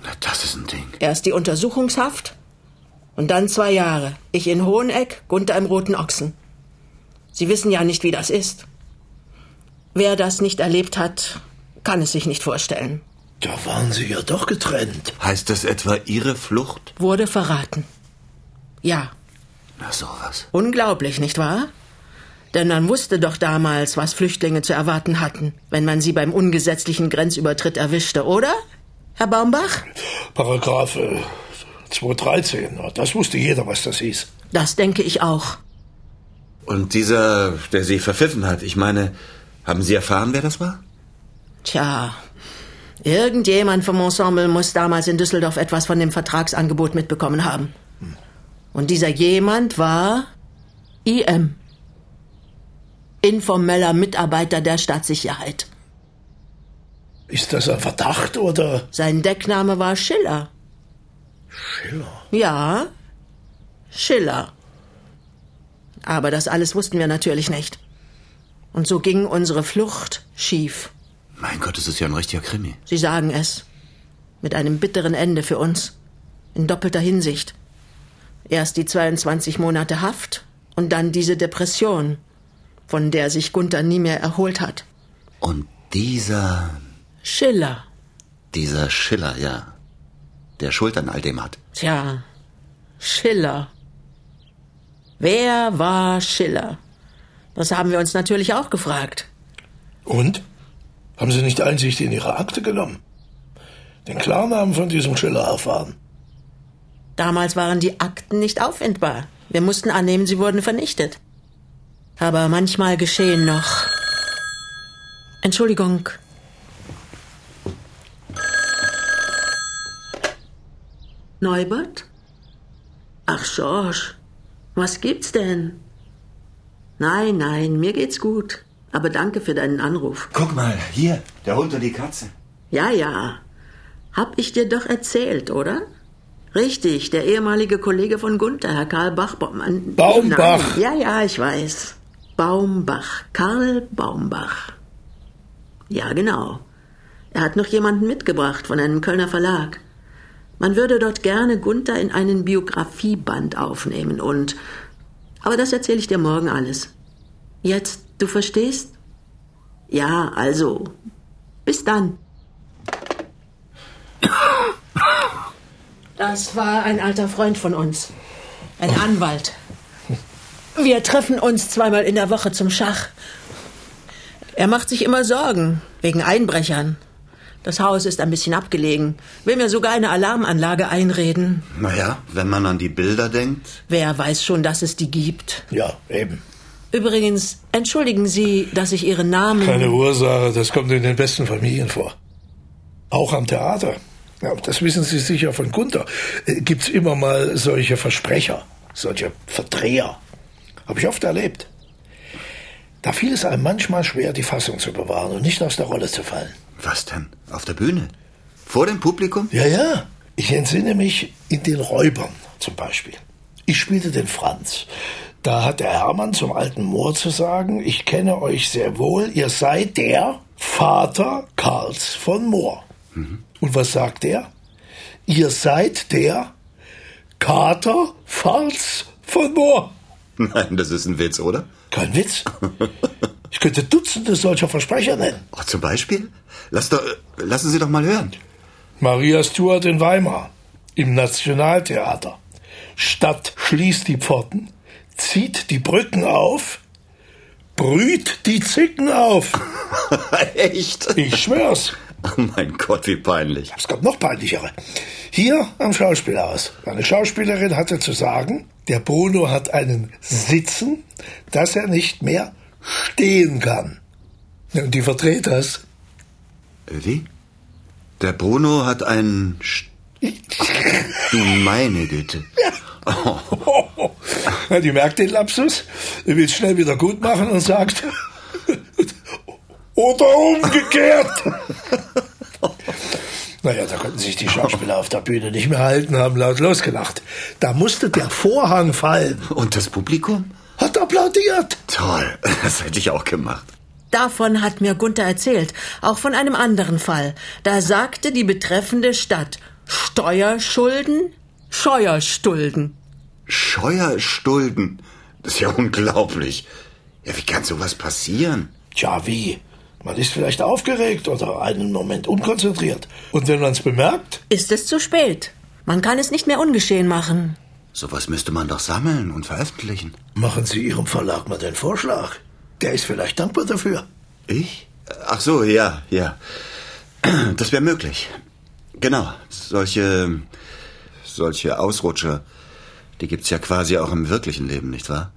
Na, das ist ein Ding.
Erst die Untersuchungshaft und dann zwei Jahre. Ich in Hoheneck, Gunther im Roten Ochsen. Sie wissen ja nicht, wie das ist. Wer das nicht erlebt hat, kann es sich nicht vorstellen.
Da waren Sie ja doch getrennt.
Heißt das etwa Ihre Flucht?
Wurde verraten. Ja,
Na, sowas.
unglaublich, nicht wahr? Denn man wusste doch damals, was Flüchtlinge zu erwarten hatten, wenn man sie beim ungesetzlichen Grenzübertritt erwischte, oder? Herr Baumbach?
Paragraph äh, 213. Na, Das wusste jeder, was das hieß.
Das denke ich auch.
Und dieser, der Sie verpfiffen hat, ich meine, haben Sie erfahren, wer das war?
Tja, irgendjemand vom Ensemble muss damals in Düsseldorf etwas von dem Vertragsangebot mitbekommen haben. Und dieser jemand war IM. Informeller Mitarbeiter der Staatssicherheit.
Ist das ein Verdacht oder?
Sein Deckname war Schiller.
Schiller.
Ja, Schiller. Aber das alles wussten wir natürlich nicht. Und so ging unsere Flucht schief.
Mein Gott, es ist ja ein richtiger Krimi.
Sie sagen es. Mit einem bitteren Ende für uns. In doppelter Hinsicht. Erst die 22 Monate Haft und dann diese Depression, von der sich Gunther nie mehr erholt hat.
Und dieser,
Schiller.
dieser Schiller, ja, der Schuld an all dem hat.
Tja, Schiller. Wer war Schiller? Das haben wir uns natürlich auch gefragt.
Und? Haben Sie nicht Einsicht in Ihre Akte genommen? Den Klarnamen von diesem Schiller erfahren?
Damals waren die Akten nicht auffindbar. Wir mussten annehmen, sie wurden vernichtet. Aber manchmal geschehen noch. Entschuldigung. Neubert? Ach, George, was gibt's denn? Nein, nein, mir geht's gut. Aber danke für deinen Anruf.
Guck mal, hier, der Hund und die Katze.
Ja, ja. Hab ich dir doch erzählt, oder? Richtig, der ehemalige Kollege von Gunther, Herr Karl Bachbaum. an-
Baumbach.
Nein, Ja, ja, ich weiß. Baumbach. Karl Baumbach. Ja, genau. Er hat noch jemanden mitgebracht von einem Kölner Verlag. Man würde dort gerne Gunther in einen Biografieband aufnehmen und. Aber das erzähle ich dir morgen alles. Jetzt, du verstehst? Ja, also. Bis dann. Das war ein alter Freund von uns. Ein Anwalt. Oh. Wir treffen uns zweimal in der Woche zum Schach. Er macht sich immer Sorgen wegen Einbrechern. Das Haus ist ein bisschen abgelegen. Will mir sogar eine Alarmanlage einreden.
Naja, wenn man an die Bilder denkt.
Wer weiß schon, dass es die gibt.
Ja, eben.
Übrigens, entschuldigen Sie, dass ich Ihren Namen.
Keine Ursache, das kommt in den besten Familien vor. Auch am Theater. Ja, das wissen Sie sicher von Gunther. Äh, gibt's immer mal solche Versprecher, solche Verdreher. Habe ich oft erlebt. Da fiel es einem manchmal schwer, die Fassung zu bewahren und nicht aus der Rolle zu fallen.
Was denn? Auf der Bühne? Vor dem Publikum?
Ja, ja. Ich entsinne mich in den Räubern zum Beispiel. Ich spielte den Franz. Da hat der Hermann zum alten Moor zu sagen, ich kenne euch sehr wohl, ihr seid der Vater Karls von Moor. Und was sagt er? Ihr seid der Kater Falz von Moor.
Nein, das ist ein Witz, oder?
Kein Witz. Ich könnte Dutzende solcher Versprecher nennen.
Oh, zum Beispiel? Lass doch, äh, lassen Sie doch mal hören.
Maria Stuart in Weimar im Nationaltheater. Stadt schließt die Pforten, zieht die Brücken auf, brüht die Zicken auf.
Echt?
Ich schwör's.
Oh mein Gott, wie peinlich.
Es gab noch peinlichere. Hier am Schauspielhaus. Eine Schauspielerin hatte zu sagen, der Bruno hat einen Sitzen, dass er nicht mehr stehen kann. Ja, Und die verdreht das.
Wie? Der Bruno hat einen... Sch du meine Güte. Oh,
Ja, Die merkt den Lapsus, will es schnell wieder gut machen und sagt, oder umgekehrt. Naja, da konnten sich die Schauspieler auf der Bühne nicht mehr halten, haben laut losgelacht. Da musste der Vorhang fallen.
Und das Publikum?
Hat applaudiert.
Toll, das hätte ich auch gemacht.
Davon hat mir Gunther erzählt, auch von einem anderen Fall. Da sagte die betreffende Stadt Steuerschulden, Scheuerstulden.
Scheuerstulden. Das ist ja unglaublich. Ja, wie kann sowas passieren?
Tja, wie? Man ist vielleicht aufgeregt oder einen Moment unkonzentriert. Und wenn man es bemerkt,
Ist es zu spät? Man kann es nicht mehr ungeschehen machen.
Sowas müsste man doch sammeln und veröffentlichen.
machen Sie Ihrem Verlag mal den Vorschlag. Der ist vielleicht dankbar dafür.
Ich? Ach so, ja, ja. Das wäre möglich. Genau, solche, solche Ausrutscher, die gibt's ja quasi auch im wirklichen Leben, nicht wahr?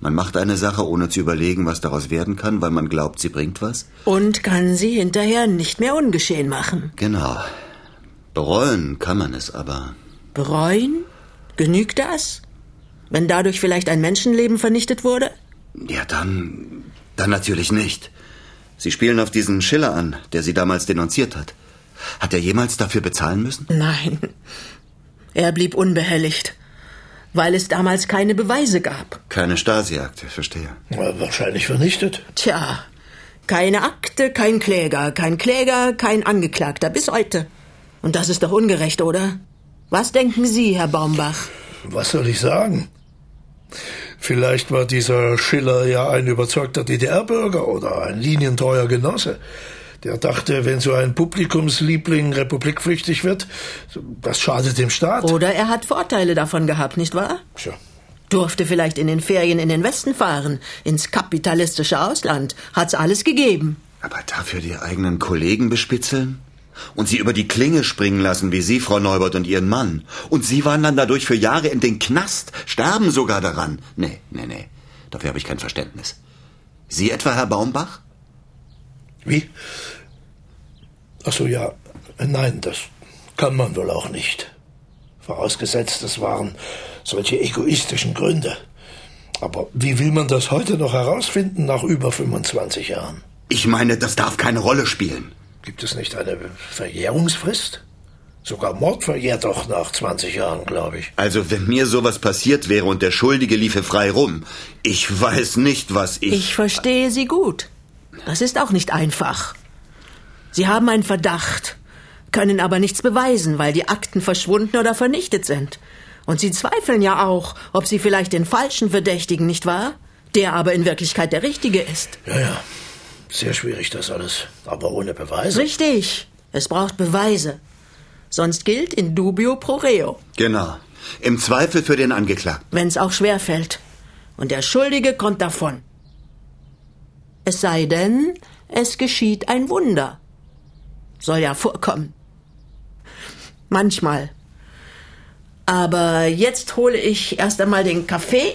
Man macht eine Sache, ohne zu überlegen, was daraus werden kann, weil man glaubt, sie bringt was.
Und kann sie hinterher nicht mehr ungeschehen machen.
Genau. Bereuen kann man es aber.
Bereuen? Genügt das? Wenn dadurch vielleicht ein Menschenleben vernichtet wurde?
Ja, dann, dann natürlich nicht. Sie spielen auf diesen Schiller an, der sie damals denunziert hat. Hat er jemals dafür bezahlen müssen?
Nein. Er blieb unbehelligt, weil es damals keine Beweise gab.
Keine Stasi-Akte, verstehe.
Na, Äh, wahrscheinlich vernichtet.
Tja, keine Akte, kein Kläger, kein Kläger, kein Angeklagter bis heute. Und das ist doch ungerecht, oder? Was denken Sie, Herr Baumbach?
Was soll ich sagen? Vielleicht war dieser Schiller ja ein überzeugter DDR-Bürger oder ein linientreuer Genosse. Der dachte, wenn so ein Publikumsliebling republikpflichtig wird, das schadet dem Staat.
Oder er hat Vorteile davon gehabt, nicht wahr?
Tja.
Durfte vielleicht in den Ferien in den Westen fahren, ins kapitalistische Ausland. Hat's alles gegeben.
Aber dafür die eigenen Kollegen bespitzeln? Und sie über die Klinge springen lassen, wie Sie, Frau Neubert, und Ihren Mann. Und Sie waren dann dadurch für Jahre in den Knast, sterben sogar daran. Nee, nee, nee. Dafür habe ich kein Verständnis. Sie etwa, Herr Baumbach?
Wie? Ach so, ja. Nein, das kann man wohl auch nicht. Vorausgesetzt, das waren solche egoistischen Gründe. Aber wie will man das heute noch herausfinden nach über 25 Jahren?
Ich meine, das darf keine Rolle spielen.
Gibt es nicht eine Verjährungsfrist? Sogar Mord verjährt doch nach 20 Jahren, glaube ich.
Also, wenn mir sowas passiert wäre und der Schuldige liefe frei rum, ich weiß nicht, was ich...
Ich verstehe Sie gut. Das ist auch nicht einfach. Sie haben einen Verdacht, können aber nichts beweisen, weil die Akten verschwunden oder vernichtet sind. Und Sie zweifeln ja auch, ob Sie vielleicht den falschen Verdächtigen, nicht wahr? Der aber in Wirklichkeit der Richtige ist.
Ja, ja. Sehr schwierig das alles. Aber ohne Beweise.
Richtig. Es braucht Beweise. Sonst gilt in dubio pro reo,
Genau. Im Zweifel für den Angeklagten.
wenn's auch schwer fällt. Und der Schuldige kommt davon. Es sei denn, es geschieht ein Wunder. Soll ja vorkommen. Manchmal. Aber jetzt hole ich erst einmal den Kaffee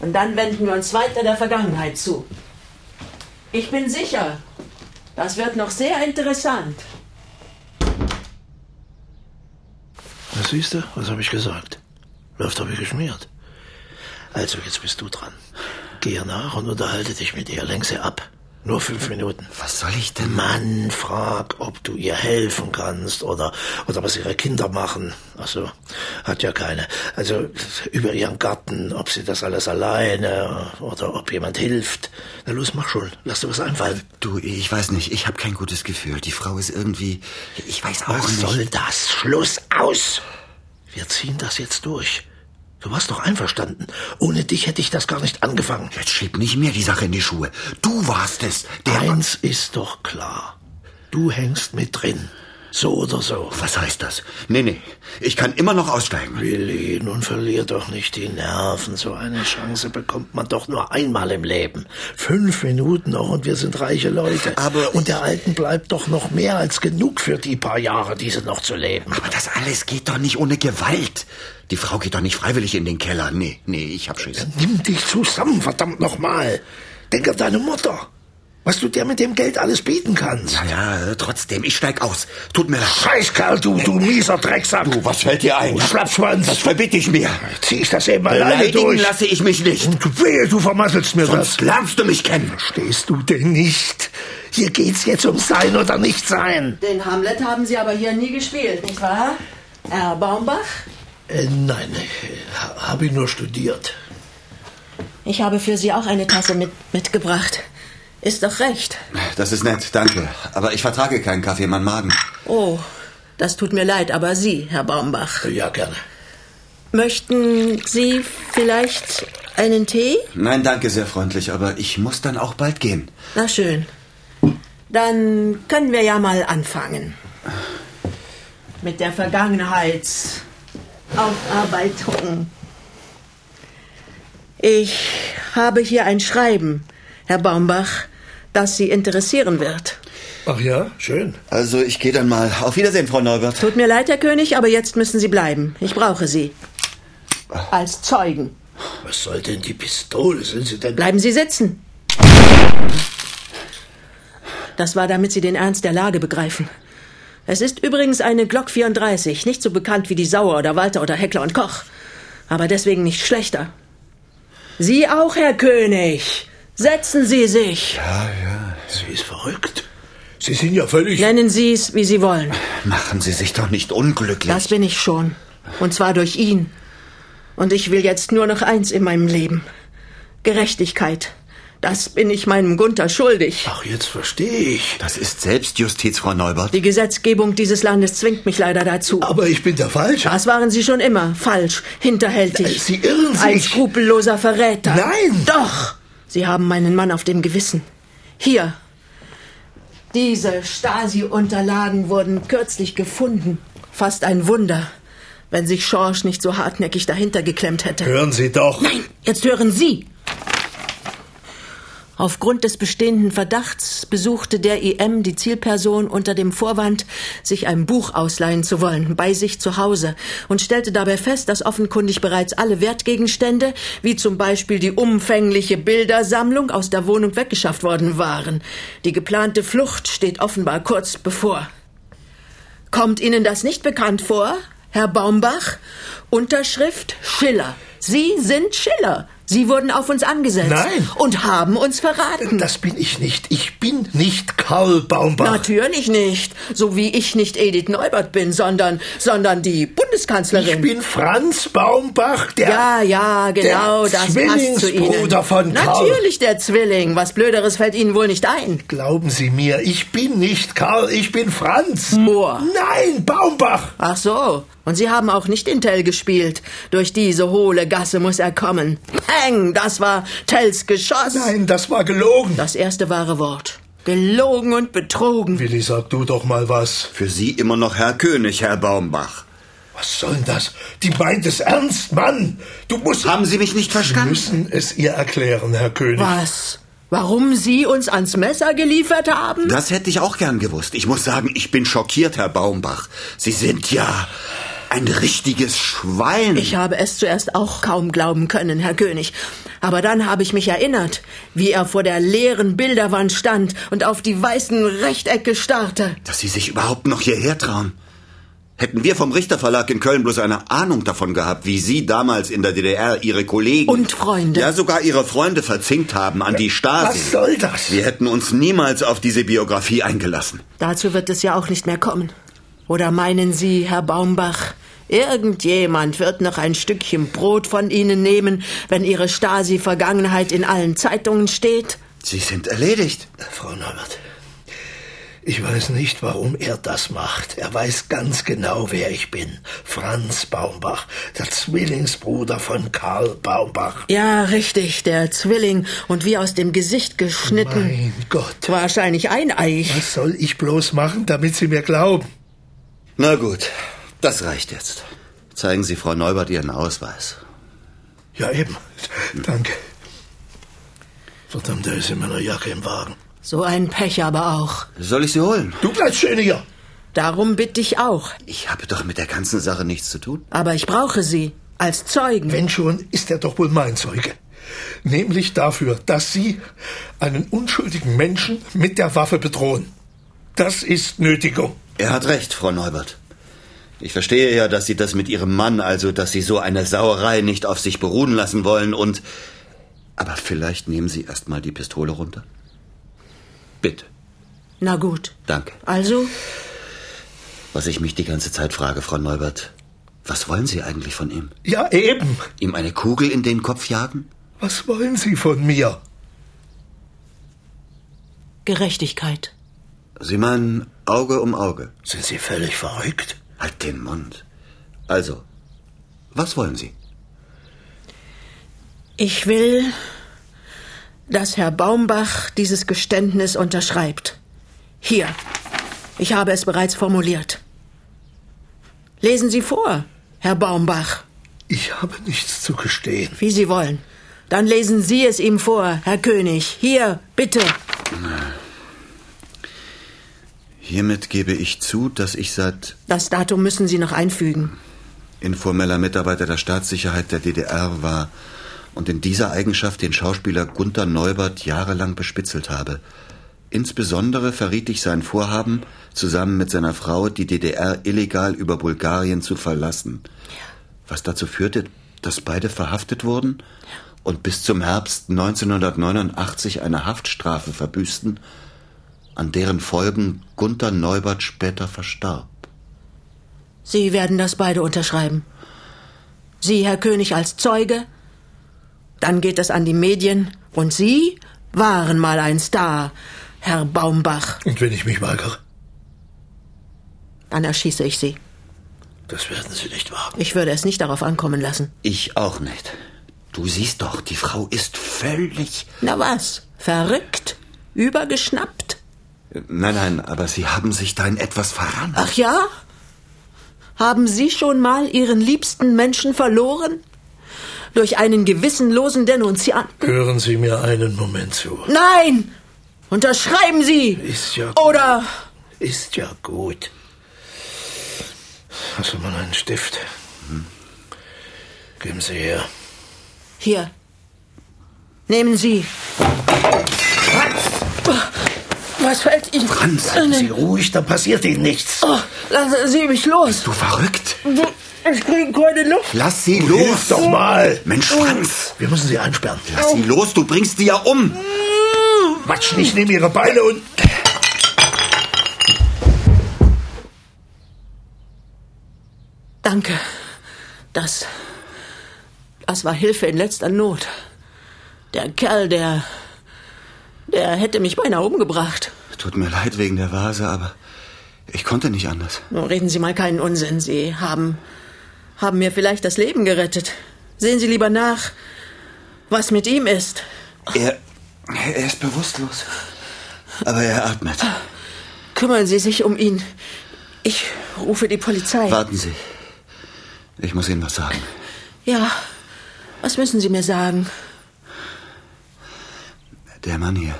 Und dann wenden wir uns weiter der Vergangenheit zu. Ich bin sicher, das wird noch sehr interessant.
Na, siehst du, was habe ich gesagt? Läuft aber geschmiert. Also, jetzt bist du dran. Geh ihr nach und unterhalte dich mit ihr. Lenk sie ab. Nur fünf Minuten.
Was soll ich denn?
Mann, frag, ob du ihr helfen kannst oder, oder was ihre Kinder machen. Ach so, hat ja keine. Also über ihren Garten, ob sie das alles alleine oder ob jemand hilft. Na los, mach schon. Lass dir was einfallen.
Du, ich weiß nicht. Ich habe kein gutes Gefühl. Die Frau ist irgendwie. Ich weiß auch
Was
nicht.
soll das? Schluss aus! Wir ziehen das jetzt durch. Du warst doch einverstanden. Ohne dich hätte ich das gar nicht angefangen.
Jetzt schieb nicht mehr die Sache in die Schuhe. Du warst es. Der
Eins ist doch klar. Du hängst mit drin. So oder so.
Was heißt das? Nee, nee. Ich kann immer noch aussteigen.
Willi, nun verlier doch nicht die Nerven. So eine Chance bekommt man doch nur einmal im Leben. Fünf Minuten noch und wir sind reiche Leute.
Aber-
und der Alten bleibt doch noch mehr als genug für die paar Jahre, die sie noch zu leben.
Aber das alles geht doch nicht ohne Gewalt. Die Frau geht doch nicht freiwillig in den Keller. Nee, nee, ich hab Schiss.
Nimm dich zusammen, verdammt nochmal. Denk an deine Mutter. Was du dir mit dem Geld alles bieten kannst.
Ja, ja, trotzdem, ich steig aus. Tut mir leid. Oh,
Scheißkerl, du, du mieser Drecksack. Du,
was fällt dir ein?
Du Schlapschwanz.
Das verbitte ich mir.
Zieh ich das eben alleine
Beleidigen
durch.
lasse ich mich nicht.
Und wehe, du vermasselst mir
Sonst
das.
lernst du mich kennen.
Verstehst du denn nicht? Hier geht's jetzt um Sein oder Nichtsein.
Den Hamlet haben Sie aber hier nie gespielt, nicht wahr? Herr Baumbach?
Äh, nein, habe ich nur studiert.
Ich habe für Sie auch eine Tasse mit, mitgebracht. Ist doch recht.
Das ist nett, danke. Aber ich vertrage keinen Kaffee, mein Magen.
Oh, das tut mir leid, aber Sie, Herr Baumbach.
Äh, Ja, gerne.
Möchten Sie vielleicht einen Tee?
Nein, danke, sehr freundlich, aber ich muss dann auch bald gehen.
Na schön. Dann können wir ja mal anfangen. Mit der Vergangenheitsaufarbeitung. Ich habe hier ein Schreiben, Herr Baumbach, das Sie interessieren wird.
Ach ja, schön.
Also, ich gehe dann mal. Auf Wiedersehen, Frau Neubert.
Tut mir leid, Herr König, aber jetzt müssen Sie bleiben. Ich brauche Sie. Als Zeugen.
Was soll denn die Pistole? Sind Sie denn...
Bleiben Sie sitzen. Das war, damit Sie den Ernst der Lage begreifen. Es ist übrigens eine Glock 34, nicht so bekannt wie die Sauer oder Walter oder Heckler und Koch. Aber deswegen nicht schlechter. Sie auch, Herr König. Setzen Sie sich.
Sie ist verrückt. Sie sind ja völlig...
Nennen Sie es, wie Sie wollen.
Machen Sie sich doch nicht unglücklich.
Das bin ich schon. Und zwar durch ihn. Und ich will jetzt nur noch eins in meinem Leben. Gerechtigkeit. Das bin ich meinem Gunther schuldig.
Ach, jetzt verstehe ich.
Das ist Selbstjustiz, Frau Neubert.
Die Gesetzgebung dieses Landes zwingt mich leider dazu.
Aber ich bin der Falsche.
Das waren Sie schon immer. Falsch, hinterhältig.
Äh, Sie irren sich.
Ein skrupelloser Verräter.
Nein.
Doch. Sie haben meinen Mann auf dem Gewissen. Hier. Diese Stasi-Unterlagen wurden kürzlich gefunden. Fast ein Wunder, wenn sich Schorsch nicht so hartnäckig dahinter geklemmt hätte.
Hören Sie doch.
Nein, jetzt hören Sie. Aufgrund des bestehenden Verdachts besuchte der IM die Zielperson unter dem Vorwand, sich ein Buch ausleihen zu wollen, bei sich zu Hause und stellte dabei fest, dass offenkundig bereits alle Wertgegenstände, wie zum Beispiel die umfängliche Bildersammlung, aus der Wohnung weggeschafft worden waren. Die geplante Flucht steht offenbar kurz bevor. Kommt Ihnen das nicht bekannt vor, Herr Baumbach? Unterschrift Schiller. Sie sind Schiller. Sie wurden auf uns angesetzt
Nein.
und haben uns verraten.
Das bin ich nicht. Ich bin nicht Karl Baumbach.
Natürlich nicht, so wie ich nicht Edith Neubert bin, sondern, sondern die Bundeskanzlerin.
Ich bin Franz Baumbach, der...
ja, ja, genau,
der
das passt zu Ihnen.
Zwillingsbruder von Karl.
Natürlich der Zwilling. Was Blöderes fällt Ihnen wohl nicht ein.
Glauben Sie mir, ich bin nicht Karl, ich bin Franz.
Moor.
Nein, Baumbach.
Ach so, und Sie haben auch nicht in Tell gespielt. Durch diese hohle Gasse muss er kommen. Peng, das war Tells Geschoss.
Nein, das war gelogen.
Das erste wahre Wort. Gelogen und betrogen.
Willi, sag du doch mal was.
Für Sie immer noch Herr König, Herr Baumbach.
Was soll denn das? Die meint es ernst, Mann. Du musst...
Haben Sie mich nicht
Sie
verstanden?
müssen es ihr erklären, Herr König.
Was? Warum Sie uns ans Messer geliefert haben?
Das hätte ich auch gern gewusst. Ich muss sagen, ich bin schockiert, Herr Baumbach. Sie sind ja ein richtiges Schwein.
Ich habe es zuerst auch kaum glauben können, Herr König. Aber dann habe ich mich erinnert, wie er vor der leeren Bilderwand stand und auf die weißen Rechtecke starrte.
Dass Sie sich überhaupt noch hierher trauen. Hätten wir vom Richterverlag in Köln bloß eine Ahnung davon gehabt, wie Sie damals in der DDR Ihre Kollegen
Und Freunde.
ja sogar Ihre Freunde verzinkt haben an die Stasi.
Was soll das?
Wir hätten uns niemals auf diese Biografie eingelassen.
Dazu wird es ja auch nicht mehr kommen. Oder meinen Sie, Herr Baumbach, irgendjemand wird noch ein Stückchen Brot von Ihnen nehmen, wenn Ihre Stasi-Vergangenheit in allen Zeitungen steht?
Sie sind erledigt.
Frau Norbert, ich weiß nicht, warum er das macht. Er weiß ganz genau, wer ich bin. Franz Baumbach, der Zwillingsbruder von Karl Baumbach.
Ja, richtig, der Zwilling und wie aus dem Gesicht geschnitten.
Mein Gott.
Wahrscheinlich eineiig.
Was soll ich bloß machen, damit Sie mir glauben?
Na gut, das reicht jetzt. Zeigen Sie Frau Neubert Ihren Ausweis.
Ja, eben. Danke. Verdammt, da ist in meiner Jacke im Wagen.
So ein Pech aber auch.
Soll ich sie holen?
Du bleibst schön hier.
Darum bitte ich auch.
Ich habe doch mit der ganzen Sache nichts zu tun.
Aber ich brauche Sie als Zeugen.
Wenn schon, ist er doch wohl mein Zeuge. Nämlich dafür, dass Sie einen unschuldigen Menschen mit der Waffe bedrohen. Das ist Nötigung.
Er hat recht, Frau Neubert. Ich verstehe ja, dass Sie das mit Ihrem Mann, also dass Sie so eine Sauerei nicht auf sich beruhen lassen wollen und... Aber vielleicht nehmen Sie erst mal die Pistole runter. Bitte.
Na gut.
Danke.
Also,
Was ich mich die ganze Zeit frage, Frau Neubert, was wollen Sie eigentlich von ihm?
Ja, eben.
Ihm eine Kugel in den Kopf jagen?
Was wollen Sie von mir?
Gerechtigkeit.
Sie meinen Auge um Auge.
Sind Sie völlig verrückt?
Halt den Mund. Also, was wollen Sie?
Ich will, dass Herr Baumbach dieses Geständnis unterschreibt. Hier. Ich habe es bereits formuliert. Lesen Sie vor, Herr Baumbach,
Ich habe nichts zu gestehen.
wie Sie wollen. Dann lesen Sie es ihm vor, Herr König. Hier, bitte.
Hiermit gebe ich zu, dass ich seit
Das Datum müssen Sie noch einfügen.
informeller Mitarbeiter der Staatssicherheit der DDR war und in dieser Eigenschaft den Schauspieler Gunther Neubert jahrelang bespitzelt habe. Insbesondere verriet ich sein Vorhaben, zusammen mit seiner Frau die DDR illegal über Bulgarien zu verlassen. Was dazu führte, dass beide verhaftet wurden und bis zum Herbst 1989 eine Haftstrafe verbüßten, an deren Folgen Gunther Neubert später verstarb.
Sie werden das beide unterschreiben. Sie, Herr König, als Zeuge. Dann geht es an die Medien. Und Sie waren mal ein Star, Herr Baumbach.
Und wenn ich mich weigere?
Dann erschieße ich Sie.
Das werden Sie nicht wagen.
Ich würde es nicht darauf ankommen lassen.
Ich auch nicht. Du siehst doch, die Frau ist völlig.
Na was? Verrückt? Übergeschnappt?
Nein, nein, aber sie haben sich da in etwas verrannt.
Ach ja? Haben Sie schon mal Ihren liebsten Menschen verloren? Durch einen gewissenlosen Denunzianten?
Hören Sie mir einen Moment zu.
Nein! Unterschreiben Sie!
Ist ja-
Oder
Ist ja gut. Hast du mal einen Stift? Geben Sie her.
hier. Nehmen Sie. Was fällt Ihnen?
Franz,
Äh,
Sie ruhig, dann passiert Ihnen nichts.
oh, lassen Sie mich los.
Du verrückt!
Ich kriege keine Luft.
Lass sie
Hilf
los!
doch mal!
Mensch, Franz!
Wir müssen Sie einsperren.
Lass sie los, du bringst die ja um!
Matschen, ich nehme Ihre Beine und...
Danke. Das. Das war Hilfe in letzter Not. Der Kerl, der. Der hätte mich beinahe umgebracht.
Tut mir leid wegen der Vase, aber ich konnte nicht anders.
Nun reden Sie mal keinen Unsinn. Sie haben. haben mir vielleicht das Leben gerettet. Sehen Sie lieber nach, was mit ihm ist.
Er. Er ist bewusstlos. Aber er atmet.
Kümmern Sie sich um ihn. Ich rufe die Polizei.
Warten Sie. Ich muss Ihnen was sagen.
Ja. Was müssen Sie mir sagen?
Der Mann hier.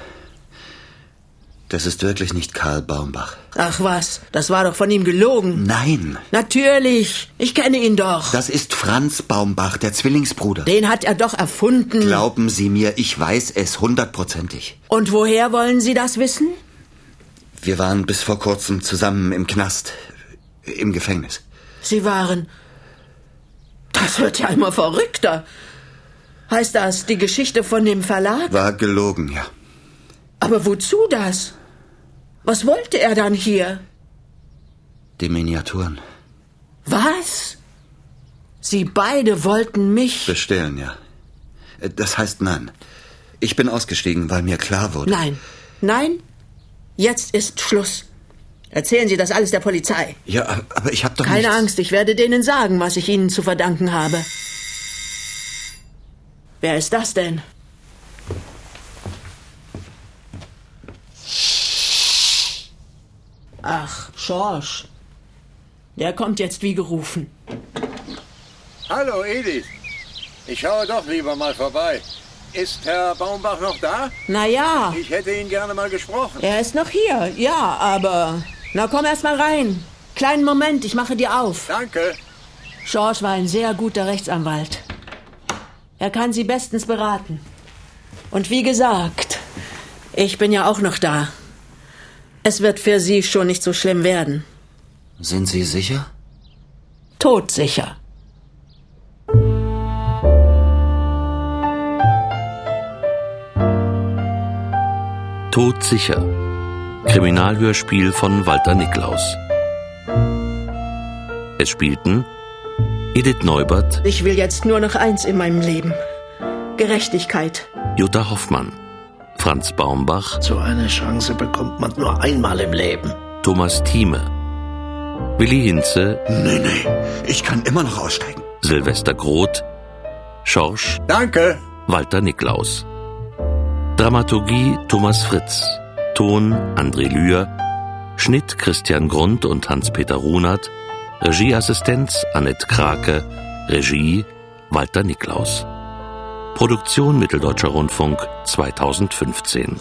Das ist wirklich nicht Karl Baumbach.
Ach was, das war doch von ihm gelogen.
Nein,
Natürlich, ich kenne ihn doch.
das ist Franz Baumbach, der Zwillingsbruder.
Den hat er doch erfunden.
Glauben Sie mir, ich weiß es hundertprozentig.
Und woher wollen Sie das wissen?
Wir waren bis vor kurzem zusammen im Knast, im Gefängnis.
Sie waren. Das wird ja immer verrückter. Heißt das die Geschichte von dem Verlag?
War gelogen, ja.
Aber wozu das? Was wollte er dann hier?
Die Miniaturen.
Was? Sie beide wollten mich.
Bestellen, ja. Äh, Das heißt nein. Ich bin ausgestiegen, weil mir klar wurde.
Nein, nein, jetzt ist Schluss. Erzählen Sie das alles der Polizei.
Ja, aber ich habe doch
Keine
nichts.
Angst, ich werde denen sagen, was ich Ihnen zu verdanken habe. Wer ist das denn? Ach, Schorsch. Der kommt jetzt wie gerufen.
Hallo Edith. Ich schaue doch lieber mal vorbei. Ist Herr Baumbach noch da?
Na ja,
Ich hätte ihn gerne mal gesprochen.
er ist noch hier. Ja, aber... Na komm erst mal rein. Kleinen Moment, ich mache dir auf.
Danke.
Schorsch war ein sehr guter Rechtsanwalt. Er kann Sie bestens beraten. Und wie gesagt, ich bin ja auch noch da. Es wird für Sie schon nicht so schlimm werden.
Sind Sie sicher?
Todsicher.
Todsicher. Kriminalhörspiel von Walter Niklaus. Es spielten Edith Neubert,
Ich will jetzt nur noch eins in meinem Leben. Gerechtigkeit.
Jutta Hoffmann, Franz Baumbach,
So eine Chance bekommt man nur einmal im Leben.
Thomas Thieme, Willi Hinze,
Nee, nee, ich kann immer noch aussteigen.
Silvester Groth, Schorsch,
Danke.
Walter Niklaus. Dramaturgie Thomas Fritz. Ton André Lühr. Schnitt Christian Grund und Hans-Peter Runert. Regieassistenz Annette Krake. Regie Walter Niklaus. Produktion Mitteldeutscher Rundfunk 2015.